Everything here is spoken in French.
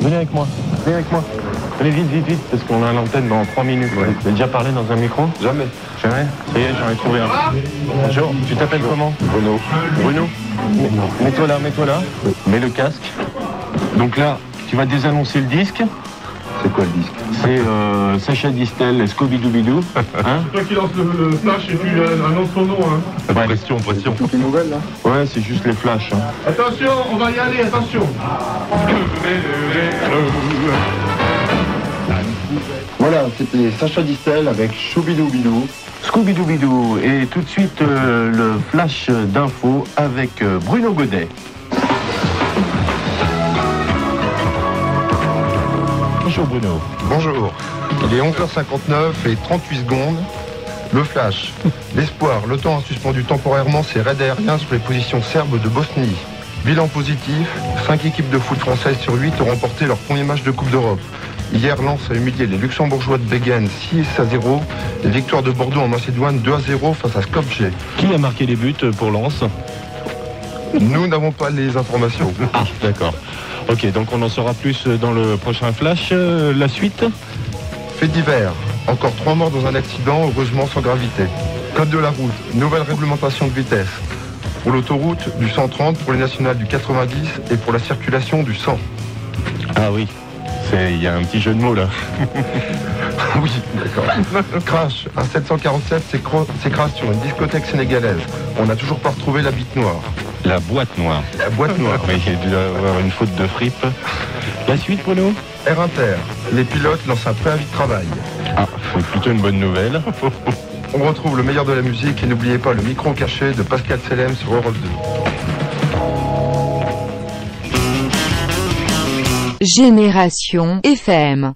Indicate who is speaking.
Speaker 1: Venez avec moi, venez avec moi. Allez vite, vite, vite, parce qu'on a l'antenne dans 3 minutes. Vous avez déjà parlé dans un micro Jamais. Jamais Ça y est, j'en ai trouvé un. Bonjour, tu t'appelles comment Bruno. Bruno Mets- Mets-toi là, mets-toi là. Mets le casque. Donc là, tu vas désannoncer le disque.
Speaker 2: C'est quoi le disque
Speaker 1: C'est euh, Sacha Distel, Scooby Doobidou. Hein
Speaker 3: Toi qui lance le, le flash et puis euh, annonce son nom. Hein.
Speaker 1: Ouais.
Speaker 4: Pression, pression.
Speaker 2: Toutes les nouvelles là
Speaker 1: Ouais, c'est juste les flashs. hein.
Speaker 3: Attention, on va y aller, attention.
Speaker 2: Voilà, c'était Sacha Distel avec Choubidou Bidou.
Speaker 1: Scooby Doobidou et tout de suite euh, le flash d'info avec euh, Bruno Godet. Bonjour Bruno.
Speaker 5: Bonjour. Il est 11h59 et 38 secondes. Le flash. L'espoir. L'OTAN a suspendu temporairement ses raids aériens sur les positions serbes de Bosnie. Bilan positif, 5 équipes de foot françaises sur 8 ont remporté leur premier match de Coupe d'Europe. Hier, Lens a humilié les Luxembourgeois de Beggen 6 à 0. Les victoires de Bordeaux en Macédoine 2 à 0 face à Skopje.
Speaker 1: Qui a marqué les buts pour Lens
Speaker 5: Nous n'avons pas les informations.
Speaker 1: Ah, d'accord. Ok, donc on en saura plus dans le prochain flash. Euh, la suite
Speaker 5: Fait divers. Encore trois morts dans un accident, heureusement sans gravité. Code de la route, nouvelle réglementation de vitesse. Pour l'autoroute, du 130, pour les nationales du 90 et pour la circulation du 100.
Speaker 1: Ah oui. C'est- Il y a un petit jeu de mots là.
Speaker 5: oui, d'accord. Crash, un 747 s'écro- s'écrase sur une discothèque sénégalaise. On n'a toujours pas retrouvé la bite noire.
Speaker 1: La boîte noire.
Speaker 5: La boîte noire.
Speaker 1: Oui, il doit y avoir une faute de fripe. La suite Bruno
Speaker 5: Air Inter, les pilotes lancent un préavis de travail.
Speaker 1: Ah, c'est plutôt une bonne nouvelle.
Speaker 5: On retrouve le meilleur de la musique et n'oubliez pas le micro caché de Pascal Selem sur Europe 2.
Speaker 6: Génération FM.